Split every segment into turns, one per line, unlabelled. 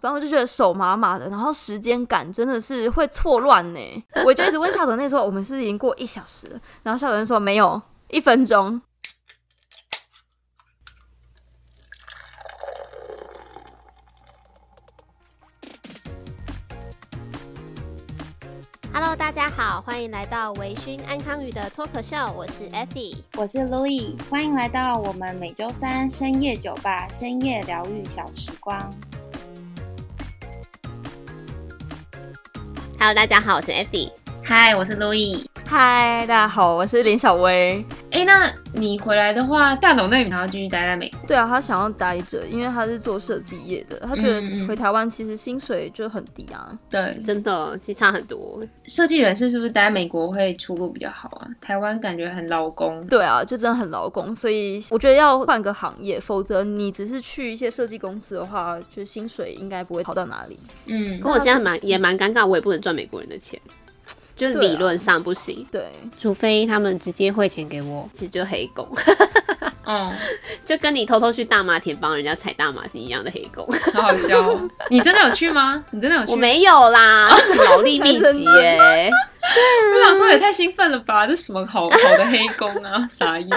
然后就觉得手麻麻的，然后时间感真的是会错乱呢。我就一直问校长那时候我们是不是已经过一小时了，然后校长就说没有，一分钟。
Hello，大家好，欢迎来到微醺安康鱼的脱口秀，我是 Effie。
我是 Louis，欢迎来到我们每周三深夜酒吧深夜疗愈小时光。
Hello，大家好，我是 Effie。
嗨，我是 Louis。
嗨，大家好，我是林小薇。
哎，那你回来的话，大董那你还要继续待在美国？
对啊，他想要待着，因为他是做设计业的，他觉
嗯嗯
得
嗯
回台湾其实薪水就很低啊。
对，
真的，其实差很多。
设计人士是不是待在美国会出路比较好啊？台湾感觉很劳工。
对啊，就真的很劳工，所以我觉得要换个行业，否则你只是去一些设计公司的话，就薪水应该不会好到哪里。
嗯
可我现在蛮也蛮尴尬，我也不能赚美国人的钱，就是
对啊
理论上不行，
对，
除非他们直接汇钱给我，其实就黑工，
哦，
就跟你偷偷去大麻田帮人家采大麻是一样的黑 工。
好好笑、 哦。你真的有去吗？你真的有去？
我，没有 啦，这是劳力密集耶、
我想说也太兴奋了吧？这什么好好的黑工 啊？傻眼。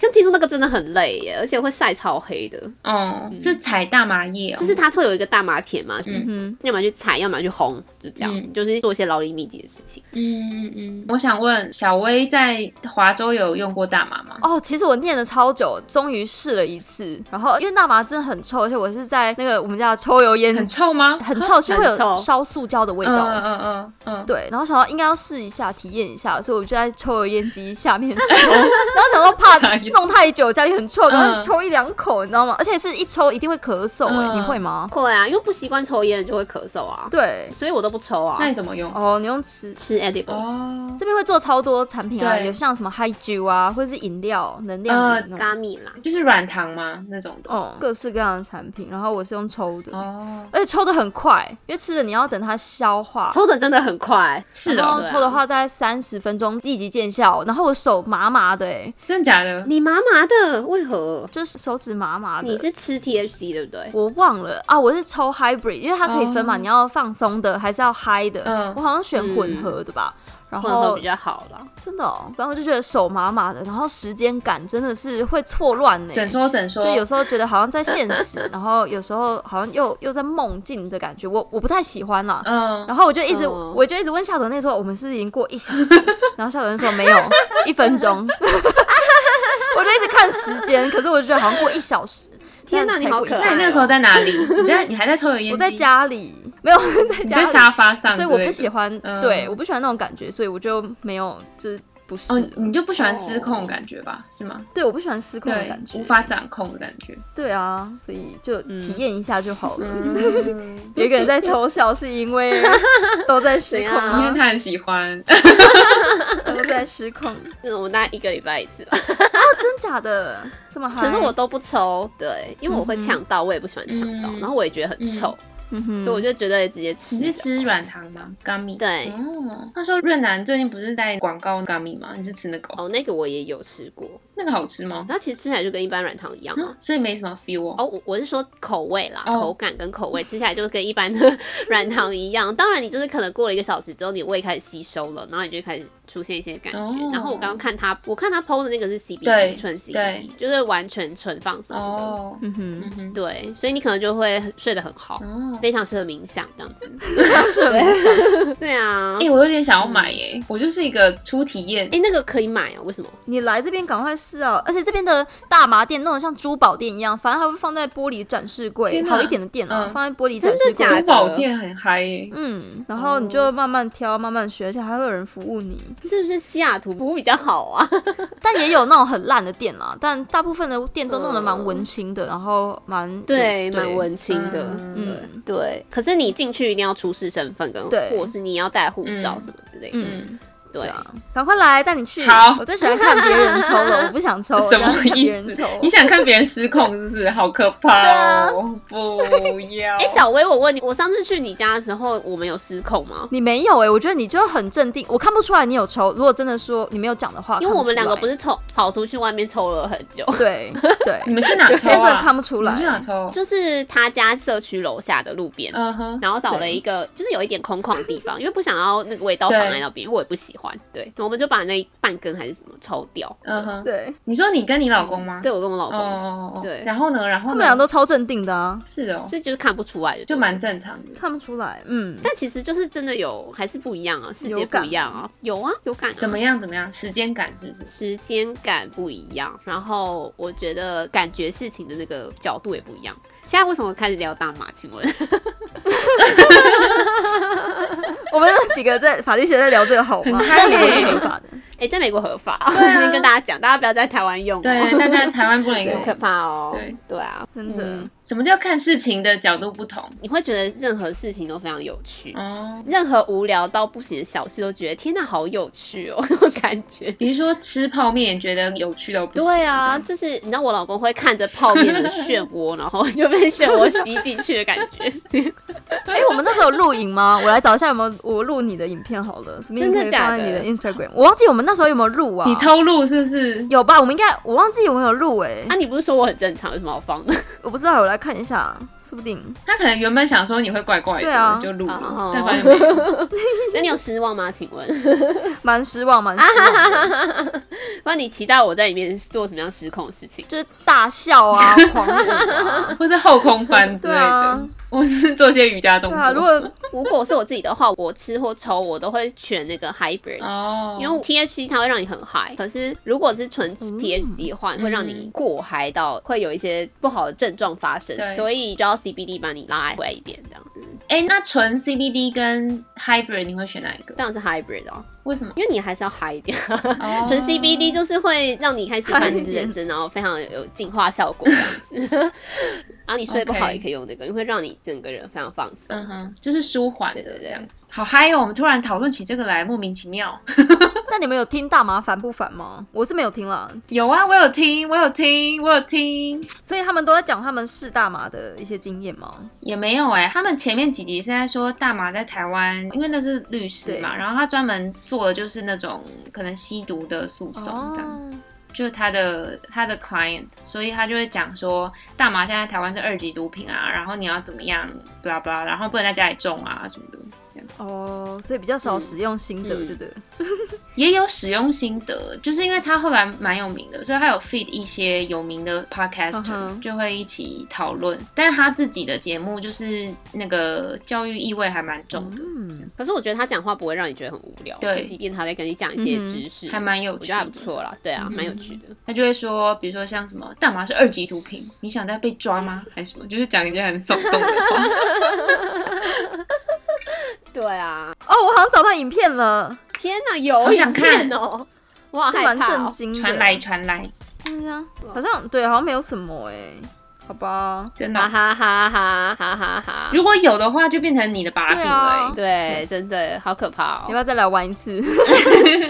跟听说那个真的很累耶，而且会晒超黑的，
哦，是采大麻叶、哦，
就是它会有一个大麻田嘛，
嗯
嗯，
要么去采，要么去烘，就这样，
嗯
就是做一些劳力密集的事情。
嗯嗯嗯。我想问，小薇在华州有用过大麻吗？
哦，其实我念了超久，终于试了一次，然后因为大麻真的很臭，而且我是在那个我们家的抽油烟
很臭吗？
很臭，就会
很臭
有烧塑胶嗯的味道。
嗯嗯嗯嗯嗯，
对，然后想到应该要试一下，体验一下，所以我就在抽油烟机下面 抽，然后想说怕
傻眼
弄太久，家里很臭，然后
嗯
抽一两口，你知道吗？而且是一抽一定会咳嗽、欸，
嗯
你会吗？
会啊，因为不习惯抽烟就会咳嗽啊，
对，
所以我都不抽啊
那。你怎么用？
哦，你用吃。
吃 edible，、
哦，
这边会做超多产品啊，
对呃
有像什么 Hi 酒啊，或者是饮料、能量饮那种、
咖米啦，
就是软糖吗？那种的。
嗯，各式各样的产品。然后我是用抽的，
哦，
而且抽的很快，因为吃的你要等它消化。
抽的真的很快，
是
然后
哦，
对啊
抽的话，大概三十分钟立即见效。然后我手麻麻的、欸，
真的假的？
你麻麻的，为何？
就是手指麻麻的。
你是吃 THC 对不对？
我忘了啊，我是抽 hybrid，因为它可以分嘛
哦
你要放松的还是要嗨的。
嗯
我好像选混合的吧。然
嗯混合
后
比较好啦。
真的、哦，反正我就觉得手麻麻的，然后时间感真的是会错乱呢。
怎说怎说
所以？有时候觉得好像在现实，然后有时候好像又又在梦境的感觉，我我不太喜欢啊啦。
嗯，
然后我就一直、
哦
我就一直问校长，那时候我们是不是已经过一小时？然后校长就说没有，一分钟。 我就一直看时间，可是我就觉得好像过一小时。
天哪
但才
你好
过一
可爱哦
那你那个时候在哪里？你在你还在抽油烟机？
哦我在，家里，没有在
你
家
在
里，
沙发上之
所
类的，
以我不喜欢，
嗯
对，我不喜欢那种感觉，所以我就没有，就是不是、
哦，你就不喜欢失控的感觉吧？是吗？
对，我不喜欢哦失控的
对
感，觉，
无法掌控的感觉。
对啊，所以就体验一下就好了。
嗯，
有一个人在偷笑，是因 为都在失控
怎
因为
啊，
他很喜欢。啊
都在失控，真
嗯，我大概一个礼拜一次吧，
假的这么好？
可是我，都不抽，对，因为我会呛到，我也不喜欢呛到，
嗯
然后我也觉得很臭，
嗯哼，
所以我就觉得直接
你
吃
是。吃软糖吗？gummy。
对
哦，他说润南最近不是在广告 gummy 吗？你是吃那个哦？
哦，那个我也有吃过，
那个好吃吗？
它其实吃起来就跟一般软糖一样啊
嗯。所以没什么 feel 哦。
哦，我我是说口味啦，
哦
口感跟口味吃起来就跟一般的 软糖一样。当然，你就是可能过了一个小时之后，你胃开始吸收了，然后你就开始出现一些感觉。
哦
然后我刚刚看他，我看他 PO 的那个是 CBD
对
纯 CBD，
对
就是完全纯放松的。
哦，
嗯哼，
嗯哼，
对，所以你可能就会很睡得很好，
哦，
非常适合冥想这样 子。
是很明显
对啊，
哎、
哎、
我有点想要买耶、我就是一个初体验，
那个可以买啊？为什么？
你来这边赶快试啊！而且这边的大麻店弄得像珠宝店一样，反正还会放在玻璃展示柜，
天哪
好一点的店啊，
嗯
放在玻璃展示
真的假哦
柜
的。
珠宝店很嗨耶、
嗯，然后你就慢慢挑，慢慢学，而且还会有人服务你。
是不是西雅图不比较好 啊？
但也有那种很烂的店啦，但大部分的店都弄得蛮文青的，然后蛮
对，蛮文青的。
嗯
嗯
对，可是你进去一定要出示身份跟，
对
或者是你要带护照
嗯
什么之类的。
嗯，
对，
啊，赶快来带你去。
好
我最喜欢看别人抽了，我不想抽，嗯我
什
想
么
看别
意
人
思
抽。？
你想看别人失控是不是？好可怕
啊
哦！不要。
哎、小薇，我问你，我上次去你家的时候，我们有失控吗？
你没有哎、我觉得你就很镇定，我看不出来你有抽。如果真的说你没有讲的话，
因为我们两个不
是
是抽跑出去外面抽了很久，
对对，
你们去哪 抽
真的
啊？
看不出来
你们去哪抽？
就是他家社区楼下的路边，
嗯哼，
然后找了一个就是有一点空旷的地方，因为不想要那个味道
对
放在那边，因为我也不喜欢。对，我们就把那半根还是什么抽掉。
嗯哼。
对，
你说你跟你老公吗？
对我跟我老
哦，
公，
哦哦，
对
然后呢？然后
他
呢
们俩都超镇定的啊，
是哦，
所以就是看不出来的，
就蛮。正常的。
看不出来。 嗯，
但其实就是真的有，还是不一样啊，世界
有
不
感
一样啊，有啊，有感、啊。
怎么样？怎么样？时间感是不是？
时间感不一样，然后我觉得感觉事情的那个角度也不一样。现在为什么开始聊大麻？请问
我们那几个在法律学在聊这个好吗？
很
在美国
嗨
是
耶
合 法的，
哎、在美国合法，我
对啊
先跟大家讲，大家不要在台湾用、哦，
对，但在台湾不能
很可
用。
怕哦。
对
啊，
真的。
嗯
什么叫看事情的角度不同？
你会觉得任何事情都非常有趣，
哦，
任何无聊到不行的小事都觉得天哪，好有趣哦， 那种感觉。
比如说吃泡面，觉得有趣到不行。
对啊，就是你知道我老公会看着泡面的漩涡，然后就被漩涡吸进去的感觉，
哎、我们那时候有录影吗？我来找一下有没有我录你的影片好了，什么
真的
可以放在你
假的
的 Instagram？我忘记我们那时候有没有录啊？
你偷录是不是？
有吧？我们应该我忘记有没有录哎、
啊，你不是说我很正常，有什么好放的？
我不知道，我来看一下，说不定
他可能原本想说你会怪怪
对啊
的，就录
哦
了，但发现没有
那你有失望吗？请问，
蛮失望，蛮失望 的，
不然你期待我在里面做什么样失控的事 情？
就是大笑啊，狂舞啊，
或是后空翻 之类
对啊
的，或是做些瑜伽动
对
作。
啊，如果
如果是我自己的话，我吃或抽我都会选那个 hybrid，、
哦，
因为 THC 它会让你很嗨，可是如果是纯
嗯
THC 的话，会让你过嗨到会有一些不好的症状发生，
对
所以就要 CBD 把你拉回来一点这样。
哎，那纯 CBD 跟 hybrid 你会选哪一个？
当然是 hybrid 哦，
为什么？
因为你还是要嗨一点。
哦
纯 CBD 就是会让你开始反思人生，然后非常有净化效果这样子。 然后你睡不好
OK
也可以用这个，因为让你整个人非常放松。
嗯哼，就是舒缓的
对对对
这样子。好嗨哦！我们突然讨论起这个来，莫名其妙。
那你们有听大麻烦不烦吗？我是没有听啦，
有啊，我有听，我有听，我有听，
所以他们都在讲他们试大麻的一些经验吗？
也没有哎、他们前面几集是在说大麻在台湾，因为那是律师嘛，
对
然后他专门做的就是那种可能吸毒的诉
哦
讼这样。
哦
就是他的他的 client，所以他就会讲说，大麻现在台湾是二级毒品啊，然后你要怎么样，blah blah，然后不能在家里种啊什么的，这样
哦，所以比较少使用心得，
嗯嗯
对不对？
也有使用心得，就是因为他后来蛮有名的，所以他有 feed 一些有名的 podcaster，、
嗯哼
就会一起讨论，但是他自己的节目就是那个教育意味还蛮重的，
嗯，
可是我觉得他讲话不会让你觉得很无聊，
对
就即便他在跟你讲一些
嗯哼
知识，
还蛮有
我
趣
觉得还
的
不。错啦，对啊，蛮有趣的。
他就会说，比如说像什么大麻是二级毒品，你想再被抓吗？还是什么？就是讲一些很耸动的 话。
啊对啊，
哦，我好像找到影片了，
天哪，有
好想
影片哦，我好
这
害
蛮
怕
震
哦。
惊的。
传来传来，
看一下，好像对，好像没有什么哎、好吧，
真的
哈哈哈哈哈哈哈！
如果有的话，就变成你的把柄
对
了、
啊
欸。
对，真的好可怕
你要不
哦。
要再来玩一 次？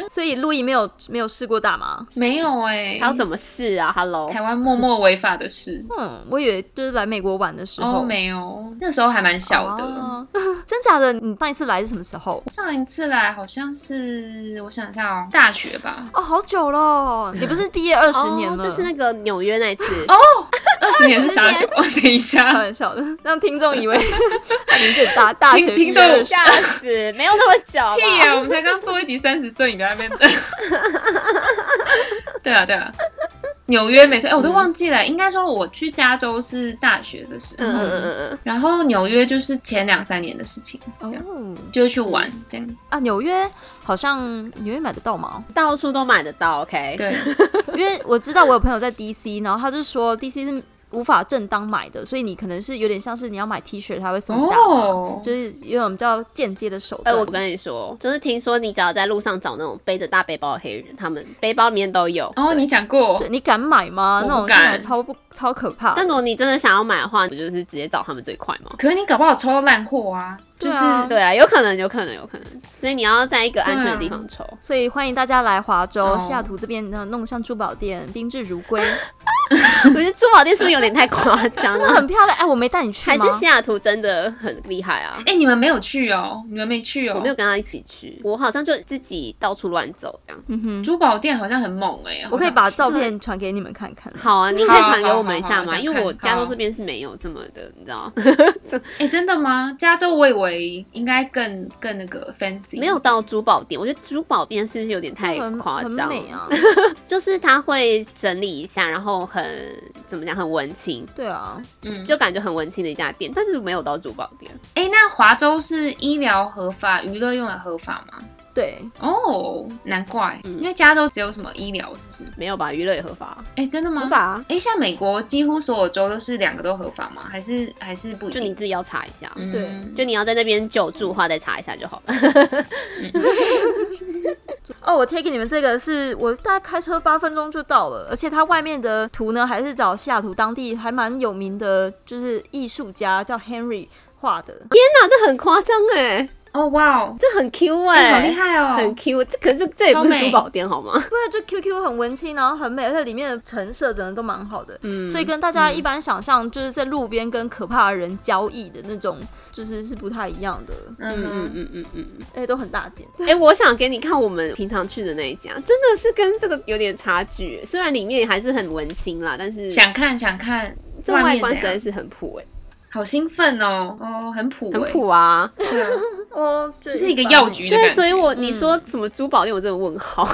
所以路易没有没有试过大麻，？
没有哎、
他要怎么试啊？Hello，
台湾默默违法的 事
嗯，我以为就是来美国玩的时候，
哦，没有，那时候还蛮小的。
哦 真假的？你上一次来是什么时候？
上一次来好像是我想一下哦，大学吧，
哦，好久了，你不是毕业二十年
哦
了？
就是那个纽约那一次，
二十年是啥酒？ 等一
开
下，
玩笑的，让听众以为他年纪很大，大学
听
毕业
听懂
二十
吓死，没有那么久吧？
屁啊哎呀、我们才刚做一集三十岁，你在那边。 对啊，对啊，纽约没错，哎、我
嗯
都忘记了，应该说我去加州是大学的时候，
嗯嗯嗯嗯，
然后纽约就是前两三年的事情，这样
哦
就去玩这样。
啊，纽约好像纽约买得到吗？
到处都买得到，OK。
哎
对，
因为我知道我有朋友在 DC，然后他就说 DC 是无法正当买的，所以你可能是有点像是你要买 T 恤，他会送大麻，
哦，
就是有种比较间接的手
哎、
段。
我跟你说，就是听说你只要在路上找那种背着大背包的黑人，他们背包里面都有。
哦，你讲过
对，你敢买吗？
我不
那种
敢
真的超不超可怕。
但如果你真的想要买的话，你就是直接找他们最快嘛。
可是你搞不好抽到烂货啊，就是
对啊
对啊，有可能，有可能，有可能。所以你要在一个安全的地方抽。
所以欢迎大家来华州、
哦
西雅图这边呢，弄像珠宝店，宾至如归，
我觉得珠宝店是不是有点太夸张
真的
了？
很漂亮。哎，我没带你去
还
吗
是？西雅图真的很厉害啊！
哎、你们没有去哦，你们没去哦。
我没有跟他一起去，我好像就自己到处乱走这样。
嗯哼，
珠宝店好像很猛哎、
我可以把照片传给你们看看。
好啊，你可以
好
传给
好
我们一
好
下
好
吗？
想
因为
看
我加州
好
这边是没有这么的，你知道，
哎、诶真的吗？加州我以为应该更更那个 fancy，
没有到珠宝店。我觉得珠宝店是不是有点太
很
夸
很
张？
美啊，
就是他会整理一下，然后很怎么讲，很文青，
对啊，
嗯，就
就感觉很文青的一家店，但是没有到珠宝店。
哎、那华州是医疗合法，娱乐用的合法吗？
对，
哦，难怪，
嗯
因为加州只有什么医疗是不是？
没有吧？娱乐也合法，
哎、真的吗？
合法、啊，
哎、像美国几乎所有州都是两个都合法吗？还是还是不一
就
定？
你自己要查一下。
嗯
对
就你要在那边久住的话，再查一下就好了。
哦，我贴给你们这个是我大概开车八分钟就到了，而且它外面的图呢，还是找西雅图当地还蛮有名的，就是艺术家叫 Henry 画的。
那这很夸张哎，
哦，哇哦，
这很 Q
哎、
哎、
好厉害哦！
很 Q，这可是这也不
超
是
美
珠宝店好吗？
对啊，就 QQ 很文青，然后很美，而且里面的成色整的都蛮好的。
嗯，
所以跟大家一般想象，就是在路边跟可怕的人交易的那种，就是是不太一样的，
嗯
嗯嗯
嗯
嗯嗯嗯嗯，
而且都很大件。
哎、我想给你看我们平常去的那一家，真的是跟这个有点差距，虽然里面还是很文青啦，但是
嗯，想看想看，
这外
面
观
的
实
呀
在是很普哎、
好兴奋哦，哦，很普、欸，
很普啊。
对啊，
哦，就
就是一个
般
药
欸
局的感
对，
觉。
所以我你说什么珠宝店，我真的问号。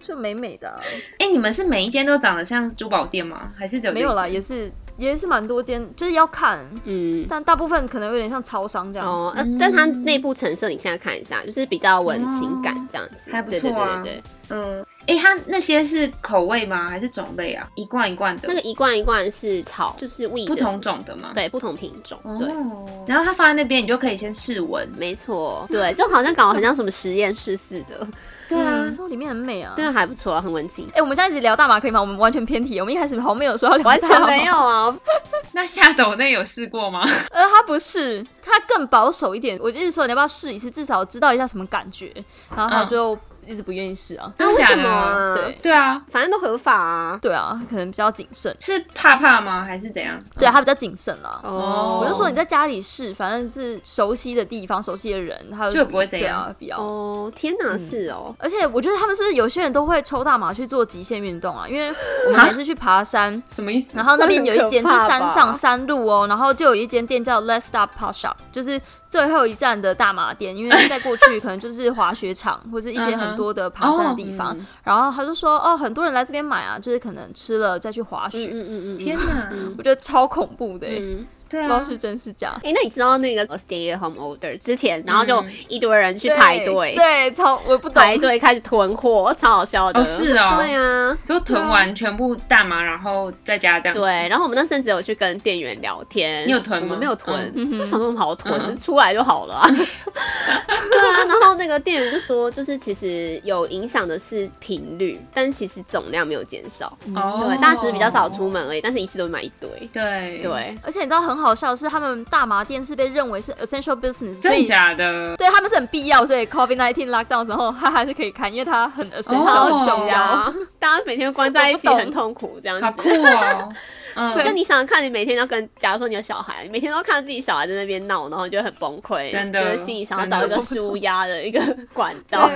就美美的啊、
哎、你们是每一间都长得像珠宝店吗？还是只有
没有啦，
了？
也是也是蛮多间，就是要看，
嗯，
但大部分可能有点像超商这样子。
哦，呃
嗯
但它内部陈设你现在看一下，就是比较文青感这样子，
哦还不
对对
错
对对
啊
对。
嗯，哎、它那些是口味吗？还是种类啊？一罐一罐的，
那个一罐一罐是草，就是味
不同，种的吗？
对，不同品种，对。
哦，然后它放在那边，你就可以先试闻。
没错，对，就好像搞得很像什么实验室似 的，
对啊，
嗯，哦里面很美啊。
对，还不错啊，很文青
哎、，我们这样一直聊大麻可以吗？我们完全偏题，我们一开始好像没有说要聊
完
大
全
麻
没有。啊，
那下斗内有试 过吗？
呃，他不是，他更保守一点。我就是说，你要不要试一次，至少知道一下什么感觉。然后他
嗯
就一直不愿意试啊。
真的
为
假
什
的？
么啊？
对
对啊，
反正都合法啊。
对啊，可能比较谨慎。
是怕怕吗？还是怎样？
嗯
对啊，他比较谨慎啦。
哦
我就说你在家里试，反正是熟悉的地方、熟悉的人，他
就不会怎样
对啊，比较。
哦，天
嗯
哪，是哦，
而且我觉得他们是不是有些人都会抽大麻去做极限运动啊？因为我们每次去爬山，
什么意思
然？
嗯
后那边有一间就
很可怕吧
山上山路哦，然后就有一间店叫 Let's Stop Pot Shop，就是最后一站的大麻店，因为再过去可能就是滑雪场或是一些
嗯哼
很多的爬山的地
嗯
方。然后他就说，哦，很多人来这边买啊，就是可能吃了再去滑
嗯
雪。
嗯嗯嗯，
天哪！
我觉得超恐怖的欸、
嗯，
对
不知道
啊，
是真是假。
哎、那你知道那个 stay at home order 之前，然后就
嗯
一堆人去排队，
对，超我不懂。
排队开始囤货，超好笑的。
哦是哦
对啊。
就囤完全部大麻，然后在家这样。
对，然后我们那阵子有去跟店员聊天，
你有囤吗
我们没有囤，
嗯哼
我想说我们好囤，
嗯
就出来就好了、 啊。对啊，然后那个店员就说，就是其实有影响的是频率，但其实总量没有减少。
哦，
对，大家只是比较少出。门而已，但是一次都会买一堆。
对，
对，
而且你知道很好笑的是，他们大麻店是被认为是 essential business，所
真的
以
假的？
对他们是很必要，所以 COVID nineteen lockdown 之后，哈哈是可以看，因为它很 essential，、
哦
很重要。
啊，大家每天关在一起
我不懂
很痛苦，这样
好
子。
酷 哦！嗯，
就你想想看，你每天要跟，假如说你有小孩，你每天都看到自己小孩在那边闹，然后你就会很崩溃，
真的
就是心里想要找一个
真的
舒压的一个管道。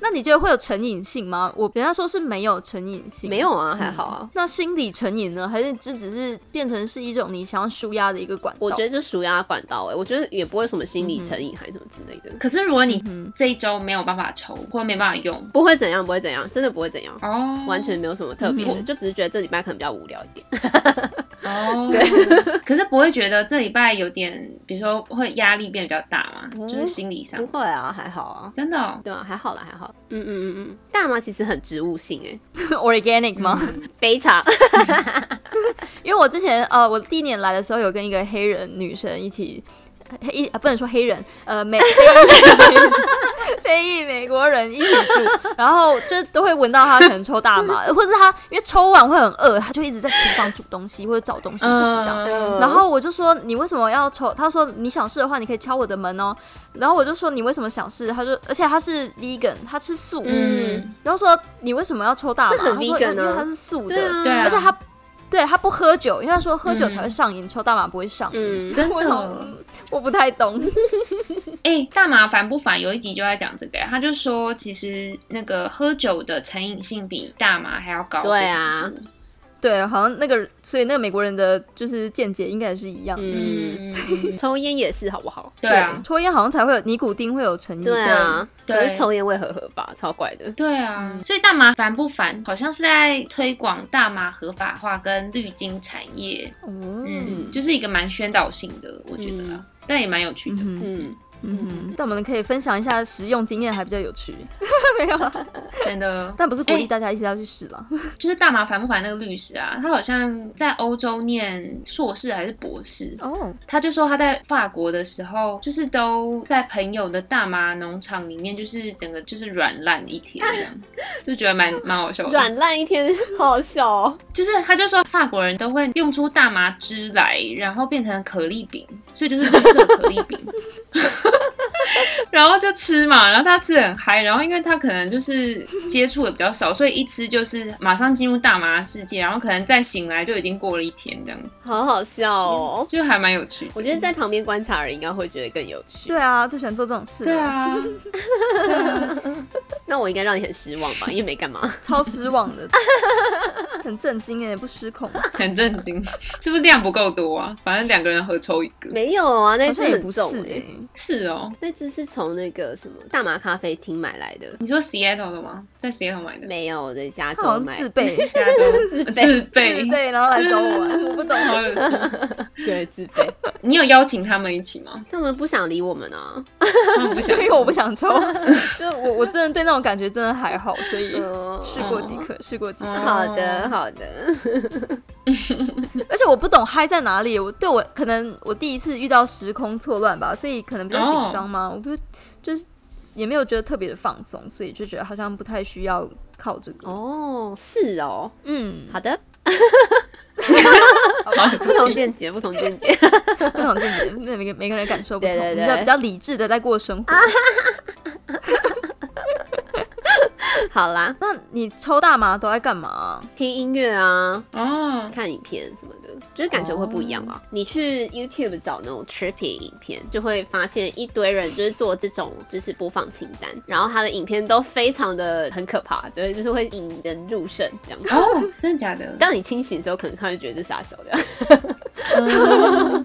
那你觉得会有成瘾性吗？我人家说是没有成瘾性，
没有。啊，还好啊。
那心理成瘾呢？还是这只是变成是一种你想要舒压的一个管道？
我觉得就舒压管道哎、我觉得也不会什么心理成瘾还是什么之类的，
可是如果你
嗯
这一周没有办法抽，或没办法用，
不会怎样，不会怎样，真的不会怎样，
哦，
完全没有什么特别的，
嗯
就只是觉得这礼拜可能比较无聊一点。
哦，可是不会觉得这礼拜有点，比如说会压力变比较大嘛，就是心理上
不会啊，还好啊，
真的哦、
对啊，还好啦，还好。嗯嗯嗯嗯，大麻其实很植物性哎、
organic 吗？
非 常。
因为我之前呃，我第一年来的时候有跟一个黑人女生一起，黑一、啊、不能说黑人，呃美 非裔非裔美国人一起住，然后就都会闻到她可能抽大麻，或是她因为抽完会很饿，她就一直在厨房煮东西或者找东西吃这样。
嗯
然后我就说你为什么要抽？他说你想试的话，你可以敲我的门哦。然后我就说你为什么想试？他说而且他是 vegan，他吃素。
嗯，
然后说你为什么要抽大麻？
那很
他说
vegan 啊
因为他是素的，
对啊，
对啊
而且他对他不喝酒，因为他说喝酒才会上瘾，抽大麻不会上瘾。
嗯，
真
我想
的。
嗯我不太懂，
哎、大麻烦不烦？有一集就在讲这个，他就说其实那个喝酒的成瘾性比大麻还要高。
对啊，
对，好像那个，所以那个美国人的就是见解应该也是一样的。
嗯，
嗯，
抽烟也是好不好？
对啊，
抽烟好像才会有尼古丁会有成瘾。
对啊，
对
可是
对
抽烟为何合法？超怪的。
对啊，所以大麻烦不烦？好像是在推广大麻合法化跟绿金产业，
哦，
嗯，就是一个蛮宣导性的，我觉得啦，但也蛮有趣的。
嗯
嗯，
嗯，但我们可以分享一下实用经验，还比较有趣。 没有啦，
真的，
但不是鼓励
哎
大家一起要去试啦。
就是大麻烦不烦那个律师啊，他好像在欧洲念硕士还是博士，
哦，
他就说他在法国的时候，就是都在朋友的大麻农场里面，就是整个就是软烂一天这样，就觉得蛮蛮好笑的。
软烂一天，好好笑哦。
就是他就说法国人都会用出大麻汁来，然后变成可丽饼，所以就是绿色可丽饼， 然后就吃嘛，然后他吃得很嗨，然后因为他可能就是接触的比较少，所以一吃就是马上进入大麻世界，然后可能再醒来就已经过了一天这样子，
好好笑哦。
就还蛮有趣的。
我觉得在旁边观察的人应该会觉得更有 趣。
对啊，最喜欢做这种事。
对，啊，
那我应该让你很失望 吧？因为没干嘛。
超失望的， 很震惊哎，不失控。
很震惊，是不是量不够多啊？反正两个人合抽一个，
没有啊，那
好
只
像也
很
不是
重哎、
哎，
是哦。
那只是从那个什么大麻咖啡厅买来的，
你说 Seattle 的吗？在 Seattle 买 的，
没有我在加
他好像
州买
自。备
加州自
备
自备，然后来找我玩，我不 懂。
好有趣。
对，自备。
你有邀请他们一起 吗？
他们不想理我们啊。
他们不想
因，为我不想抽，就是我我真的对那种感觉真的还好，所以
嗯哦
试过即可，试过即可。
嗯
好的，好的。
而且我不懂嗨在哪里，我对我可能我第一次遇到时空错乱吧，所以可能比较紧
哦
张嘛，我不就是也没有觉得特别的放松，所以就觉得好像不太需要靠这个。
哦，是哦，
嗯，
好 的，
好
不同见解，不同见解。
那种见解，那每个每个人感受不同，
对对对
我们比较理智的在过生活。
好啦，
那你抽大麻都在干嘛？
听音乐啊，
哦，
看影片什么的，就是感觉会不一样
哦
吧。你去 YouTube 找那种 trippy 影片，就会发现一堆人就是做这种就是播放清单，然后他的影片都非常的很可怕，对，就是会引人入胜这样。
哦，真的假的？
当你清醒的时候，可能他会觉得是傻小的。
嗯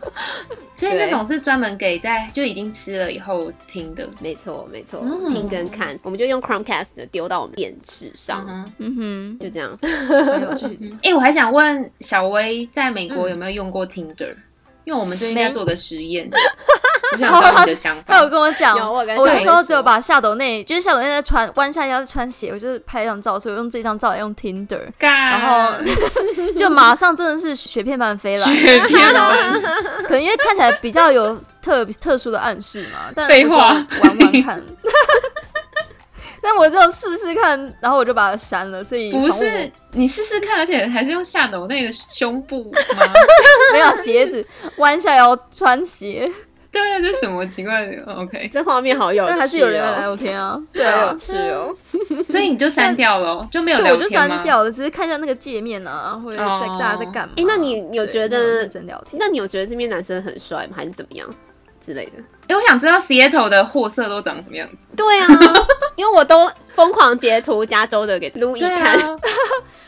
所以
对
那种是专门给在就已经吃了以后听的。
没错，没错，
嗯
听跟看，我们就用 Chromecast 的丢到我们电视上，
嗯
嗯
就这样。
哼，很有趣。
哼，哎、我还想问小薇，在美国
嗯
有没有用过 Tinder？、因为我们最近在
没
做个 实验，我想知道你的想
他有
法。
跟我讲，
有我跟
那
小
时
薇
候
说
只有把下斗内，就是下斗内在穿弯下腰在穿鞋，我就是拍一张照，所以我用这张照来用 Tinder，
干
然后 就马上真的是雪片般 飞来，
雪片哦般
可能因为看起来比较有特特殊的暗示嘛，但
废话
我就玩玩看。 但我就试试看，然后我就把它删了，所以
不
访问
是你试试看，而且还是用下楼那个胸部 吗？
我没有鞋子，弯下腰穿鞋，
对啊，这什么奇怪的 ？OK，
这画面好有趣、哦，
但还是有人 来聊天啊，对
好
啊
有，趣哦。
所以你就删掉了哦，就没有
对，
聊
我就
天吗
删？掉了，只是看一下那个界面啊，或者在
哦
大家在干嘛。
诶那你有
对
觉
没有
得
认真聊天？
那你有觉得这边男生很帅吗？还是怎么样之类的？
哎、我想知道 Seattle 的货色都长什么样子。
对 啊，因为我都疯狂截图加州的给撸一
对
看，
啊，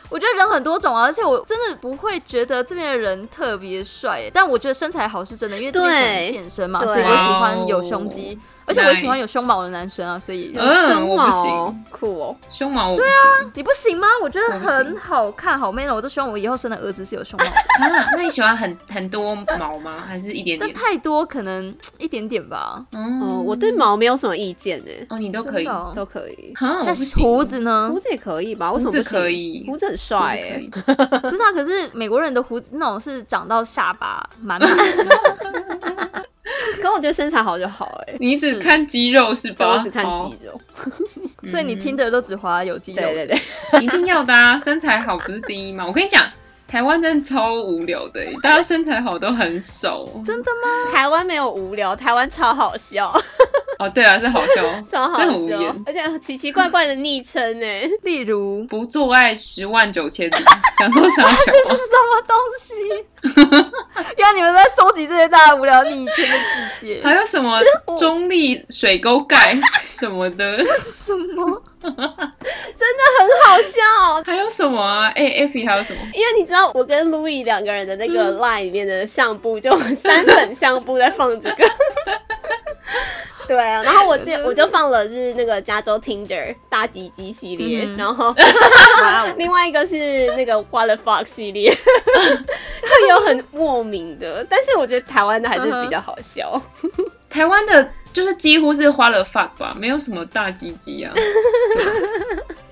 我觉得人很多种啊，而且我真的不会觉得这边的人特别帅耶，但我觉得身材好是真的，因为这边可能
对
健身嘛，
对
所以我喜欢有胸肌，而且我
Nice
喜欢有胸毛的男生啊，所以
哦嗯
胸
我不
毛
行
酷哦，
胸毛我不行
你不行吗？我觉得
我不行
很好看，好 man 哦！我都希望我以后生的儿子是有胸毛 的，
啊。那你喜欢很很多毛吗？还是一点
但
点？
太多可能一点点吧？
哦，
哦
我对毛没有什么意见呢，
哦，你都可以
真的。哦
都可以。
哈，
那
我不行
胡子呢
胡？子也可以吧？为什
嗯胡
么不
子
行
可以
胡子很帅
胡子可
哎
以，
不是啊，可是美国人的胡子那种是长到下巴满满 的那种，
可我觉得身材好就好哎，
你只
是
看肌肉是
对
吧？哦
我只看
啊好
肌，肉。
所以你听着都只滑有肌肉。
对对对，
一定要的啊，身材好不是第一吗？我跟你讲，台湾真的超无聊的，欸 大家身材好都很熟。
真的吗？
台湾没有无聊，台湾超好笑，
哦，对啊，是好笑，
超好
真的很无
笑
言，
而且奇奇怪怪的昵称欸呢。
例如，
不做爱十万九千 里，想说啥小
这是什么东西？ 原来你们在收集这些大家无聊逆天的字 节，
还有什么中立水沟盖什么的，
什么？
很好笑。
还有什么啊？哎、e f f i 还有什么？
因为你知道，我跟 Louis 两个人的那
嗯
个 line 里面的相簿，就有三本相簿在放这 个。对啊，然后我就我就放了是那个加州 Tinder 大吉吉系列，
嗯
然后
哇哦！
另外一个是那个 What the fuck 系列，就有很莫名的，但是我觉得台湾
嗯
的还是比较好笑。
台湾的就是几乎是花了 fuck 吧，没有什么大鸡 鸡啊。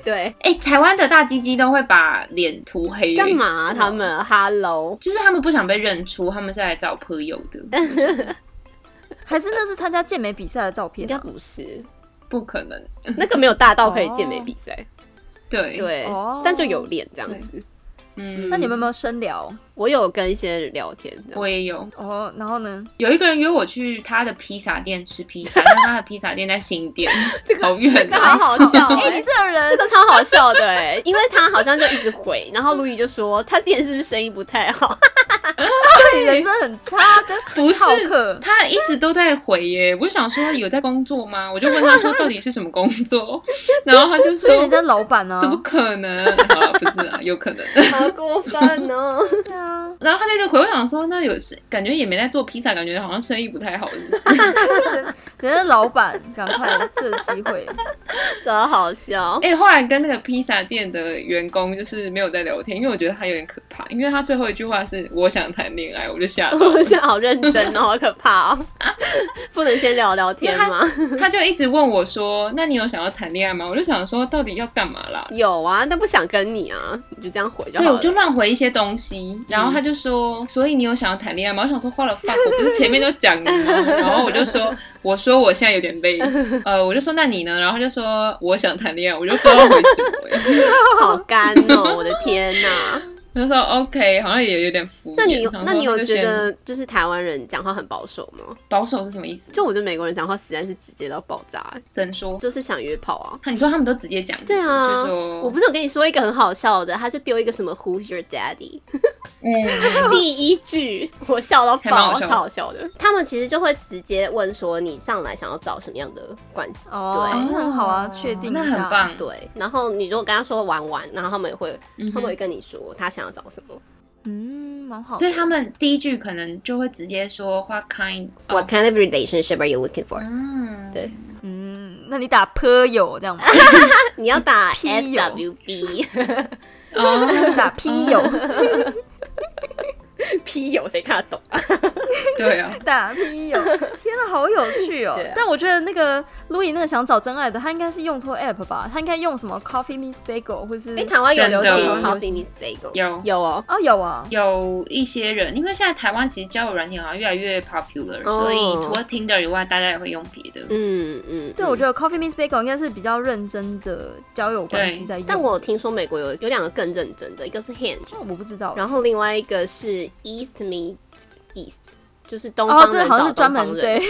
对，
哎、台湾的大鸡鸡都会把脸涂黑、
干嘛啊、他们？Hello，
就是他们不想被认出，他们是来找朋友
嗯
的，
还是那是参加健美比赛的照
应
片
该
啊？
不是，
不可能。
那个没有大到可以健美比赛，
对，
对
哦，
但就有脸这样子。
嗯，
那你们有没有深聊？
我有跟一些人聊天的，
我也有，
哦，然后呢？
有一个人约我去他的披萨店吃披萨，但他的披萨店在 新店，好远
这个好
啊。
好笑、
哎、
欸，
你这个
这
人
个超好笑的哎、因为他好像就一直回，然后路易就说他店是不是生意不太好？
对人真的很差，跟
不是
好客。
他一直都在回耶，我就想说有在工作吗？我就问他说到底是什么工 作，然后他就
所以
说
人家老板呢、
怎么可能？好了，不是啊，有可能。
好过分 哦！
对啊，
然后他就一直回我想说，那有是感觉也没在做披萨，感觉好像生意不太好，是不是？
人家老板，赶快这个机会，
超好笑。
哎、后来跟那个披萨店的员工就是没有在聊天，因为我觉得他有点可怕，因为他最后一句话是“我想谈恋爱”，我 就吓到了。
我现在好认真哦，好可怕哦！不能先聊聊天吗？
他就一直问我说：“那你有想要谈恋爱吗？”我就想说，到底要干嘛啦？
有啊，但不想跟你啊，你就这样回就
对，
好
我
了。
就乱回一些东西，然后他就说：“所以你有想要谈恋爱吗？”我想说，花了 fuck，我不是前面都讲了吗？然后我就说：“我说我现在有点累，呃，我就说那你呢？”然后他就说：“我想谈恋爱。”我就不知道回什么、欸
好干哦，我的天哪！
我就说 OK，好像也有点敷衍。
那 你有
想说
那你有
就
觉
先
得就是台湾人讲话很保守吗？
保守是什么意思？
就我觉得美国人讲话实在是直接到爆炸、欸
怎说？
就是想约炮啊。
那你说他们都直接讲，
对啊
就，说
我不是有跟你说一个很好笑的，他就丢一个什么 Who's your daddy？
嗯，
第一句 我笑到
还蛮
爆，
好笑
超
的
好笑的。他们其实就会直接问说你上来想要找什么样的关系，
哦，
对
那很好啊，确定一
那
下，
很棒，
对。然后你如果跟他说玩玩，然后他们也会，
嗯哼
他们会跟你说他想要找什么。
嗯，蛮好的。
所以他们第一句可能就会直接说 “What kind”，
What kind of relationship are you looking for？、
嗯，
对，
嗯，那你打颇友这样吗？
你要打
屁友
FWB，
哦，
打 P 友，
P 友谁看得懂？
对啊，
打 P 友，天哪，好有趣哦
对啊！
但我觉得那个路易那个想找真爱的，他应该是用错 app 吧？他应该用什么 Coffee Meets Bagel 或是
哎、台湾有流行
真的
Coffee Miss Bagel，
有
有哦。
哦有啊，
嗯有一些人，因为现在台湾其实交友软件好像越来越 popular，、
哦
所以除了 Tinder 以外，大家也会用别的。
嗯嗯，
对，我觉
得。
得 Coffee Meets Bagel 应该是比较认真的交友关系
对
在用，
但我有听说美国有有两个更认真的，一个是 Hinge，
哦我不知道，
然后另外一个是 East Meet East，就是东
哦
方
这
人
好像
找
是专
东方
门
人
对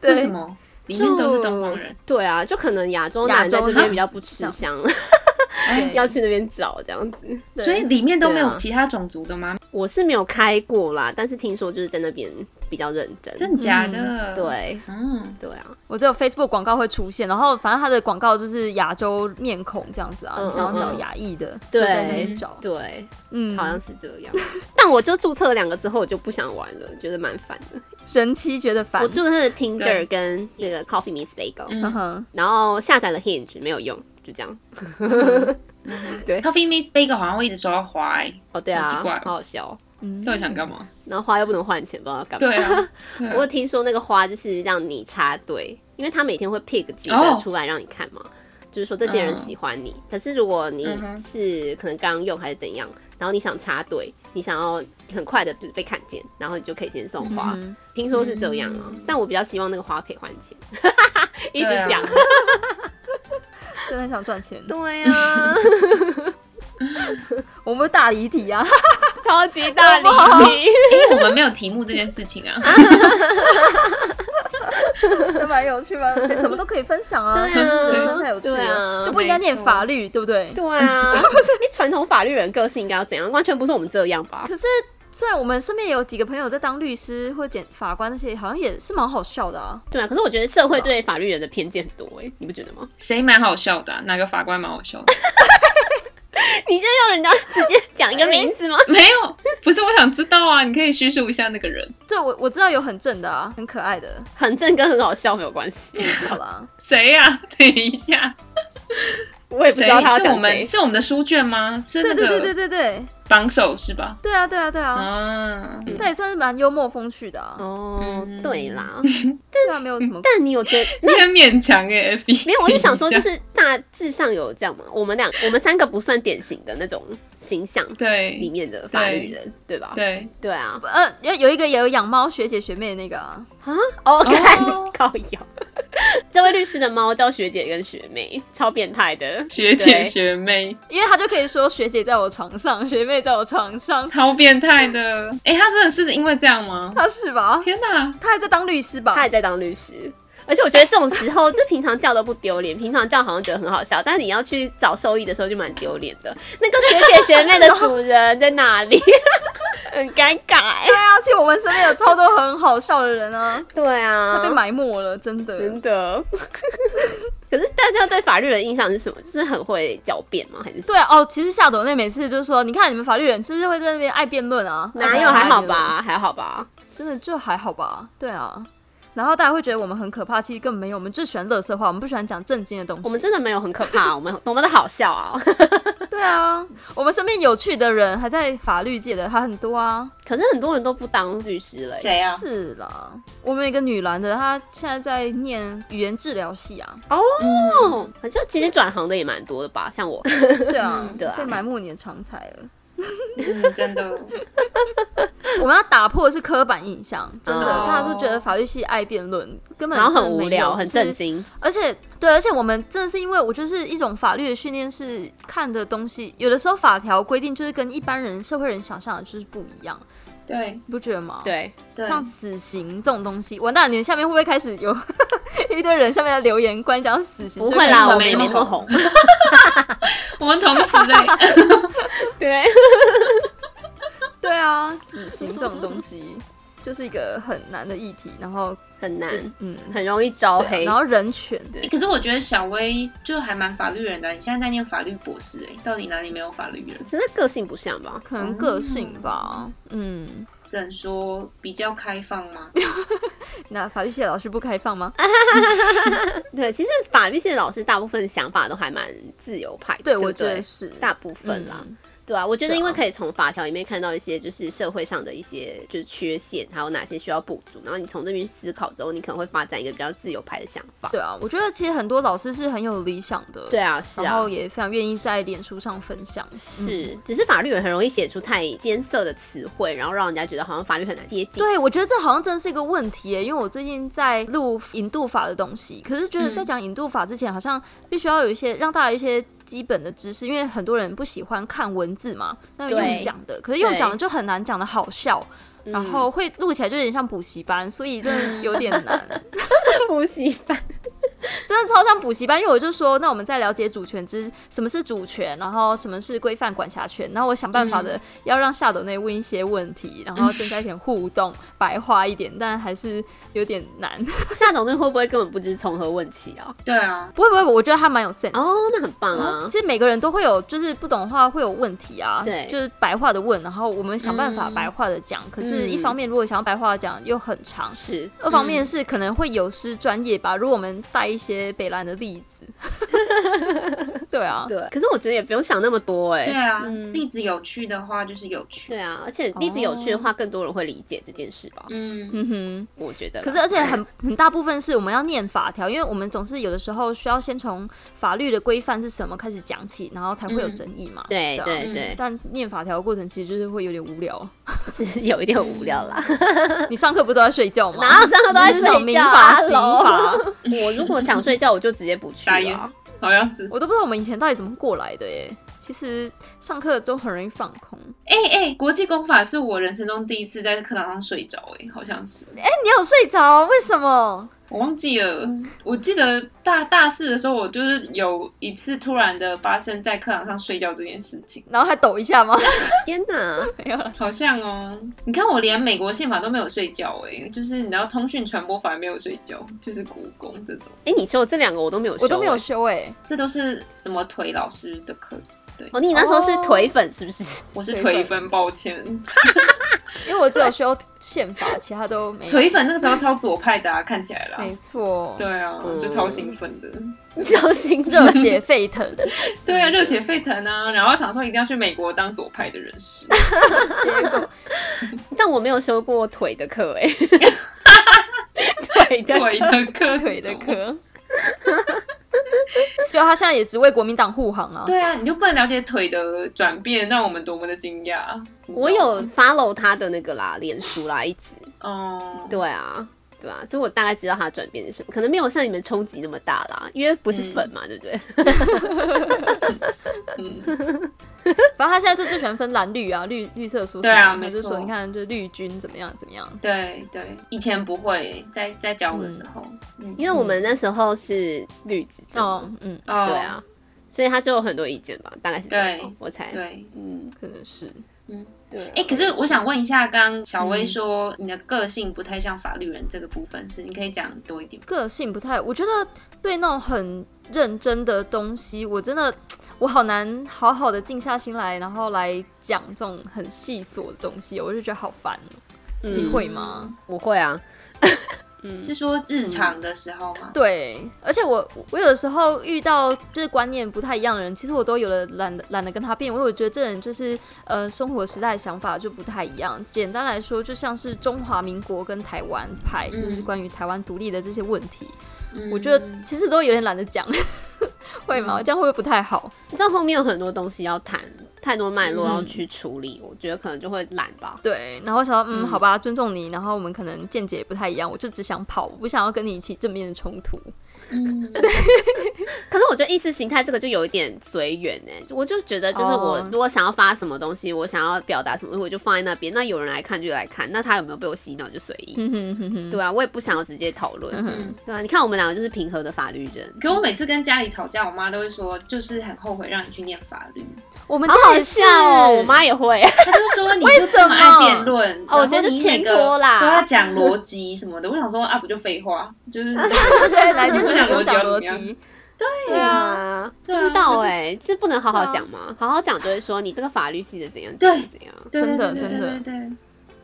对
为什
对，
么 里面都是东方人？
就对啊，就可能亚洲
亚
男在
洲
这
人
边比较不吃香，
对
要去那边找这样子。
对
哎所以里面都没
对
有
啊
其他种族的吗？
我是没有开过啦，但是听说就是在那边比较认真。
真的假的？，
对
嗯，
对啊，
我只有 Facebook 广告会出现，然后反正它的广告就是亚洲面孔这样子啊，
嗯
你想要
嗯
找
嗯
亚裔的，就在那
对
边找，
对，
嗯，
好像是这样。 但我就注册了两个之后，我就不想玩了，觉得蛮烦的。
人妻觉得烦
我，注册了 Tinder
对
跟那个 Coffee Meets Bagel，、
嗯
嗯哼，
然后下载了 Hinge 没有用，就这样。
嗯 Coffee Meets Bagel 好像会一直说要花、欸，
哦，对啊，
好奇怪哦
好好笑哦。
嗯
到底想干嘛？
然后花又不能换钱，不知道干嘛。
对啊，对
我有
啊
听说那个花就是让你插队，因为他每天会 pick 几个
哦
出来让你看嘛就是说这些人
嗯
喜欢你。可是如果你
嗯哼
是可能刚用还是怎样，然后你想插队，你想要很快的就是被看见，然后你就可以先送花。
嗯
听说是这样啊、但我比较希望那个花可以换 钱，一直
嗯对啊
讲。
真的很想赚钱，
对啊，
我们大离题 啊，
超级 大礼品。
啊因为我们没有题目这件事情啊。
蛮有趣蛮有趣，什么都可以分享啊，
对啊
人生太有趣
对
了，
啊
就不应该念法律，对不对？
对 啊，哎传统法律人个性应该要怎样？完全不是我们这样吧？
可是虽然我们身边也有几个朋友在当律师或检法官那些，好像也是蛮好笑的啊。
对啊，可是我觉得社会
是吧
对法律人的偏见多哎、你不觉得吗？
谁蛮好笑的啊、哪个法官蛮好笑的？
你就要人家直接讲一个名字吗？
没有，不是我想知道啊，你可以叙述一下那个人。
这我我知道有很正的啊，很可爱的。
很正跟很好笑没有关系，
好啦，
谁呀、 等一下，
我也不
谁
知道他要
是我
讲
们
谁。
是我们的书卷吗？是
对
那
对对对
个
对对，
榜首是吧？
对啊对啊对啊，
啊，
那也算是蛮幽默风趣的啊。
哦，
嗯
对啦，
对啊，没有什么。
但你有觉得
你很勉强哎、欸，
没有？我就 想说，就是大致上有这样嘛。我们两我们三个不算典型的那种形象里
对
面的法律人，对吧？
对，
对啊，
呃，有有一个也有养猫学姐学妹的那个啊，
啊，OK，
哦
靠腰。这位律师的猫叫学姐跟学妹，超变态的。
学姐
对
学妹
因为她就可以说学姐在我床上，学妹在我床上，
超变态的。哎、他真的是因为这样吗？
她是吧？
天哪，
她还在当律师吧
他？也在当律师。而且我觉得这种时候，就平常叫都不丢脸， 平常叫好像觉得很好笑，但是你要去找兽医的时候就蛮丢脸的。那个学姐学妹的主人在哪里？ 很尴尬哎、
对啊，其实我们身边有超多很好笑的人 啊，
对
她被
啊，
埋没了，真的。
真的。可是大家对法律的印象是什么？就是很会狡辩吗？还是什么
对啊哦，其实夏董那每次就是说，你看你们法律人就是会在那边爱辩论啊，
哪有还好？吧，还好吧。
真的就还好吧，对啊。然后大家会觉得我们很可怕，其实根本没有，我们就喜欢乐色话，我们不喜欢讲正经的东西。
我们真的没有很可怕，我们 多么的好笑啊！
对啊，我们身边有趣的人还在法律界的还很多啊。
可是很多人都不当律师了、欸。
谁啊？
是啦，我们有一个女篮的，她现在在念语言治疗系 啊。
哦，好像其实转行的也蛮多的吧，像 我。
对啊，
对啊
被埋没你的长才了。
嗯，真的，
我们要打破的是刻板印象，真的，
哦
大家都觉得法律系爱辩论，根本
然后
真
很
的没
无
有
聊，很
只是
震惊。
而且对，而且我们真的是因为我就是一种法律的训练是看的东西，有的时候法条规定就是跟一般人社会人想象的就是不一样，
对
你不觉得吗？，
对，
对，
像死刑这种东西，完蛋，你们下面会不会开始有 一堆人下面在留言关于讲死刑？
不会
就
啦，啊我
跟
们也没
没
那么红。
我们同时 类，
对，
对 啊，死刑这种东西就是一个很难的议题，然后
很难，
嗯。
很容易招
对啊
黑
然。后人权，
欸可是我觉得小薇就还蛮法律人的啊。你现在在念法律博士、欸，到底哪里没有法律人？
可是个性不像吧？
可能个性吧，嗯，
只能说比较开放吗？
那法律系的老师不开放吗？
啊对，其实法律系的老师大部分想法都还蛮自由派的，
对，
不
我觉得是
大部分啦。
嗯
对啊，我觉得
对啊
因为可以从法条里面看到一些就是社会上的一些就是缺陷，还有哪些需要补足，然后你从这边思考之后，你可能会发展一个比较自由派的想法。
对啊，我觉得其实很多老师是很有理想的，
对啊，是
然
啊
后。也嗯非常愿意在脸书上分享。
是，只是法律人很容易写出太艰涩的词汇，然后让人家觉得好像法律很难接近。
对，我觉得这好像真的是一个问题耶，因为我最近在录引渡法的东西，可是觉得在讲引渡法之前，好像必须要有一些让大家有一些基本的知识，因为很多人不喜欢看文字嘛，那
对
用讲的，可是用讲的就很难讲的好笑，
嗯
然后会录起来就有点像补习班，所以真的有点难。
补习班，
真的超像补习班，因为我就说，那我们在了解主权之什么是主权，然后什么是规范管辖权，然后我想办法的要让夏斗内问一些问题，然后增加一点互动，白话一点，但还是有点难。
夏董队会不会根本不知从何问起啊？
对啊，
不会不会，我觉得他蛮有 sense。
哦，那很棒啊！
其实每个人都会有，就是不懂的话会有问题啊，
对
就是白话的问，然后我们想办法白话的讲。可是，一方面如果想要白话地讲又很长，
是，
二方面是可能会有失专业吧。如果我们带一些北兰的例子， 对啊，
对，哦可是我觉得也不用想那么多哎、
对啊，
嗯
例子有趣的话就是有趣。
对啊，而且例子有趣的话，更多人会理解这件事吧？
嗯，
嗯哼。
我觉得啦。
可是，而且很很大部分是我们要念法条，因为我们总是有的时候需要先从法律的规范是什么开始讲起，然后才会有
嗯
争议嘛。
对
啊
对
嗯
对，
但念法条的过程其实就是会有点无聊。
是有一点无聊啦。
你上课不都在睡觉吗？
哪有上课都在
你是什么
睡
民
觉啊
法、刑
hello
法，
我如果想睡觉，我就直接不去 啊
打烟
了。
好像是。
我都不知道我们以前到底怎么过来的耶。其实上课都很容易放空。
哎哎、国际公法是我人生中第一次在课堂上睡着，哎，好像是，
哎、你有睡着？为什么？
我忘记了。
嗯
我记得大大四的时候，我就是有一次突然的发生在课堂上睡觉这件事情，
然后还抖一下 吗？
天哪，
没有了。
好像哦。你看我连美国宪法都没有睡觉，哎，就是你知道通讯传播法也没有睡觉，就是故宫这种，
哎，你说这两个我都没有修欸，
我都没有修哎、
这都是什么腿老师的课。对，
哦，你那时候是
哦
腿粉是不是？
我是
腿
腿
粉
粉，抱歉。
因为我只有修宪法，其他都没有。
腿粉那个时候超左派的、啊，看起来啦。
没错，
对啊，就超兴奋的。
小心
热血沸腾。
对啊，热血沸腾啊！然后想说一定要去美国当左派的人士。
结果
但我没有修过腿的 课哎、腿的
腿的 课，
腿的。科，就他现在也只为国民党护航啊。
对啊，你就不能了解腿的转变，让我们多么的惊讶。
我有 follow 他的那个啦，脸书啦，一直
哦，
对啊。对啊，所以我大概知道他的转变是什么，可能没有像你们冲击那么大啦，因为不是粉嘛，对不对？
嗯，
反正他现在就最喜欢分蓝绿啊，绿绿色蔬
对
菜，
啊
他
没
就说
错
你看这绿军怎么样怎么样。
对对，以前不会，在在教我的时候，嗯，
因为我们那时候是绿执政嘛，
哦，嗯，
哦
对，啊，所以他就有很多意见吧，大概是这样吧
对，
我猜。
对。
嗯，
可能是。
对啊。
哎、可是我想问一下，刚刚小薇说你的个性不太像法律人这个部分，是你可以讲多一点吗？
个性不太，我觉得对那种很认真的东西，我真的我好难好好的静下心来，然后来讲这种很细琐的东西，我就觉得好烦哦。
嗯
你会吗？
我会啊，嗯，
是说日常的时候吗？
对，而且我我有的时候遇到就是观念不太一样的人，其实我都有了懒得懒得跟他辩，因为我觉得这人就是呃生活时代想法就不太一样。简单来说，就像是中华民国跟台湾派，就是
嗯
关于台湾独立的这些问题，
嗯
我觉得其实都有点懒得讲， 会吗？这样会不会不太好？
你知道后面有很多东西要谈，太多脉络
嗯
要去处理，我觉得可能就会懒吧。
对，然后我想到，嗯，好吧，尊重你，然后我们可能见解也不太一样，我就只想跑，我不想要跟你起正面的冲突。
嗯
可是我觉得意识形态这个就有一点随缘哎，我就觉得就是我
哦
如果想要发什么东西，我想要表达什么，我就放在那边。那有人来看就来看，那他有没有被我洗脑就随意。
哼嗯哼哼哼，
对啊，我也不想要直接讨论。
嗯
对啊，你看我们两个就是平和的法律人，
可我每次跟家里吵架，我妈都会说，就是很后悔让你去念法 律。
我们
好
家
好
也是
笑哦。我妈也会，
她就说你就
为什
这
么
么爱辩论，
哦我觉得
然后你每
欠
个
拖啦
都要讲逻辑什么的。我想说啊，不就废话，就是
对，来就是
不讲
不用
逻辑
讲
要怎
逻
么样
辑，
对啊，不
对啊
知道
就是
哎，这不能好好
对啊
讲吗？好好讲就会说你这个法律系的怎样怎
对
样怎样。
对
真的
对对
真的
对对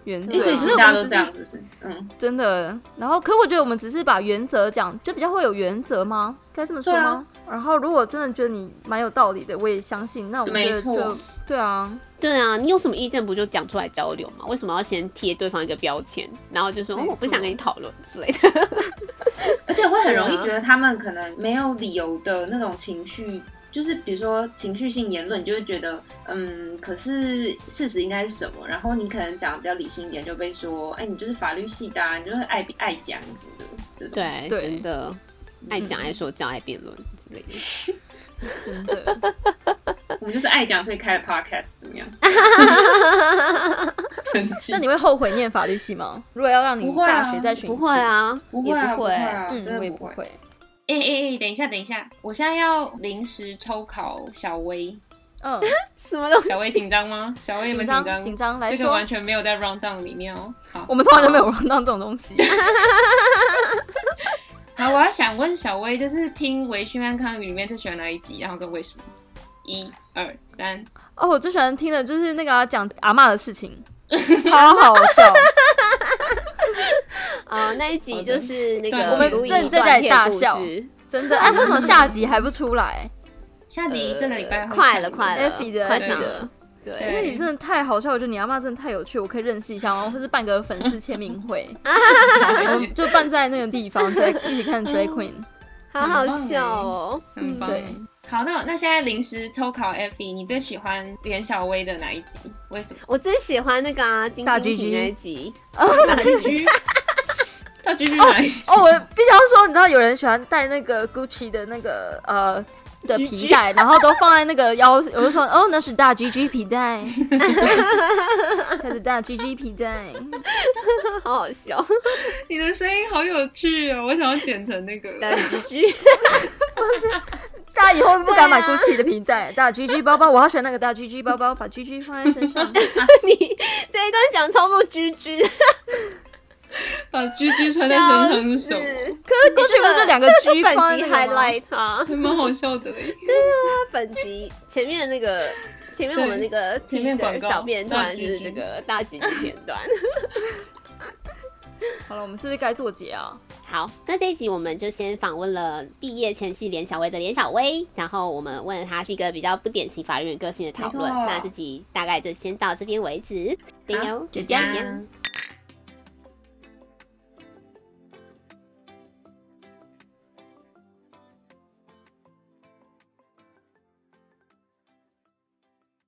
原则。
对。哎，所以
啊
其
可
实
是我
大家
们只
都这
是
样，是不是？嗯，
真的。然后，可我觉得我们只是把原则讲，就比较会有原则吗？该这么说
对啊
吗？然后，如果真的觉得你蛮有道理的，我也相信，那我觉得
没错
就对啊，
对啊，你有什么意见不就讲出来交流嘛？为什么要先贴对方一个标签，然后就说、哦
没错
我不想跟你讨论之类的？
而且会很容易
对啊
觉得他们可能没有理由的那种情绪。就是比如说情绪性言论，你就会觉得，嗯，可是事实应该是什么？然后你可能讲得比较理性一点，就被说，哎、你就是法律系的、啊，你就是爱爱讲什么的这种。
对，
对
真的爱讲
嗯
爱说教爱辩论之类的。
真 的。
我们就是爱讲，所以开了 podcast，怎 么样？生气
那？你会后悔念法律系吗？如果要让你
不会啊
大学再选，
不会，啊，
不会啊，
也不
不
会。
啊，
嗯，
真
我
的
也不
会。
会。
哎哎哎，等一下，等一下，我现在要临时抽考小薇，
嗯，
什么东西？
小薇紧张吗？小薇有没
紧
有
张
张？
紧张，来
这个
说
完，全没有在 round down 里面哦。好
我，们从来都没有玩到这种东 西。
好，我要想问小薇，就是听《微醺安康语》里面最喜欢哪一集，然后跟为什么？一二三，
哦，我最喜欢听的就是那个啊讲阿嬷的事 情，超好笑。
啊、那一集就是那
对
个
我们
录音
正在
断片
大
故
笑
事
真的，哎，为什么下集还不出来？
下集这个礼拜会
呃快
上
了
映
快了
Effie 的
快
Effie
上
的
了对
对。
那你真的太好笑，我觉得你阿妈真的太有趣，我可以认识一下哦吗？或是办个粉丝签名 会，我们就办在那个地方，对，一起看 Drag Queen。
好好笑哦！
很棒
对。
好，那那现在临时抽考 Effie，你最喜欢连小薇的哪一集？为 什么？
我最喜欢那个啊，金
大
鸡
GG
那一集，
大橘 橘，大橘橘哪一集？
哦，我必须要说，你知道有人喜欢戴那个 Gucci 的那个呃。的皮带，然后都放在那个腰，我就说哦，那是大 G G 皮 带，他的大 G G 皮带，
好好笑，
你的声音好有趣哦，我想要剪成那个。
大鸡鸡。
大家以后不敢买
对啊
GUCCI 的皮带，大 G G 包包，我要选那个大 G G 包包，把 G G 放在身 上。
你这一段讲超不居居，
把居居穿在身上是什
笑
么？
死
可是 GUCCI 不是两个 G
本
放
集
在那个吗
highlight 啊，
还蛮好笑的欸耶。
他本集前面那个。前面我们那个
前面
teaser
广告
小片
大
段
橘
就是
橘
这个大橘橘片段。
好了，我们是不是该做结啊？
好，那这一集我们就先访问了毕业前夕连小薇的连小薇，然后我们问了她是一个比较不典型法律人个性的讨论。
没错
那这集大概就先到这边为止，对哟，
就
就
这样。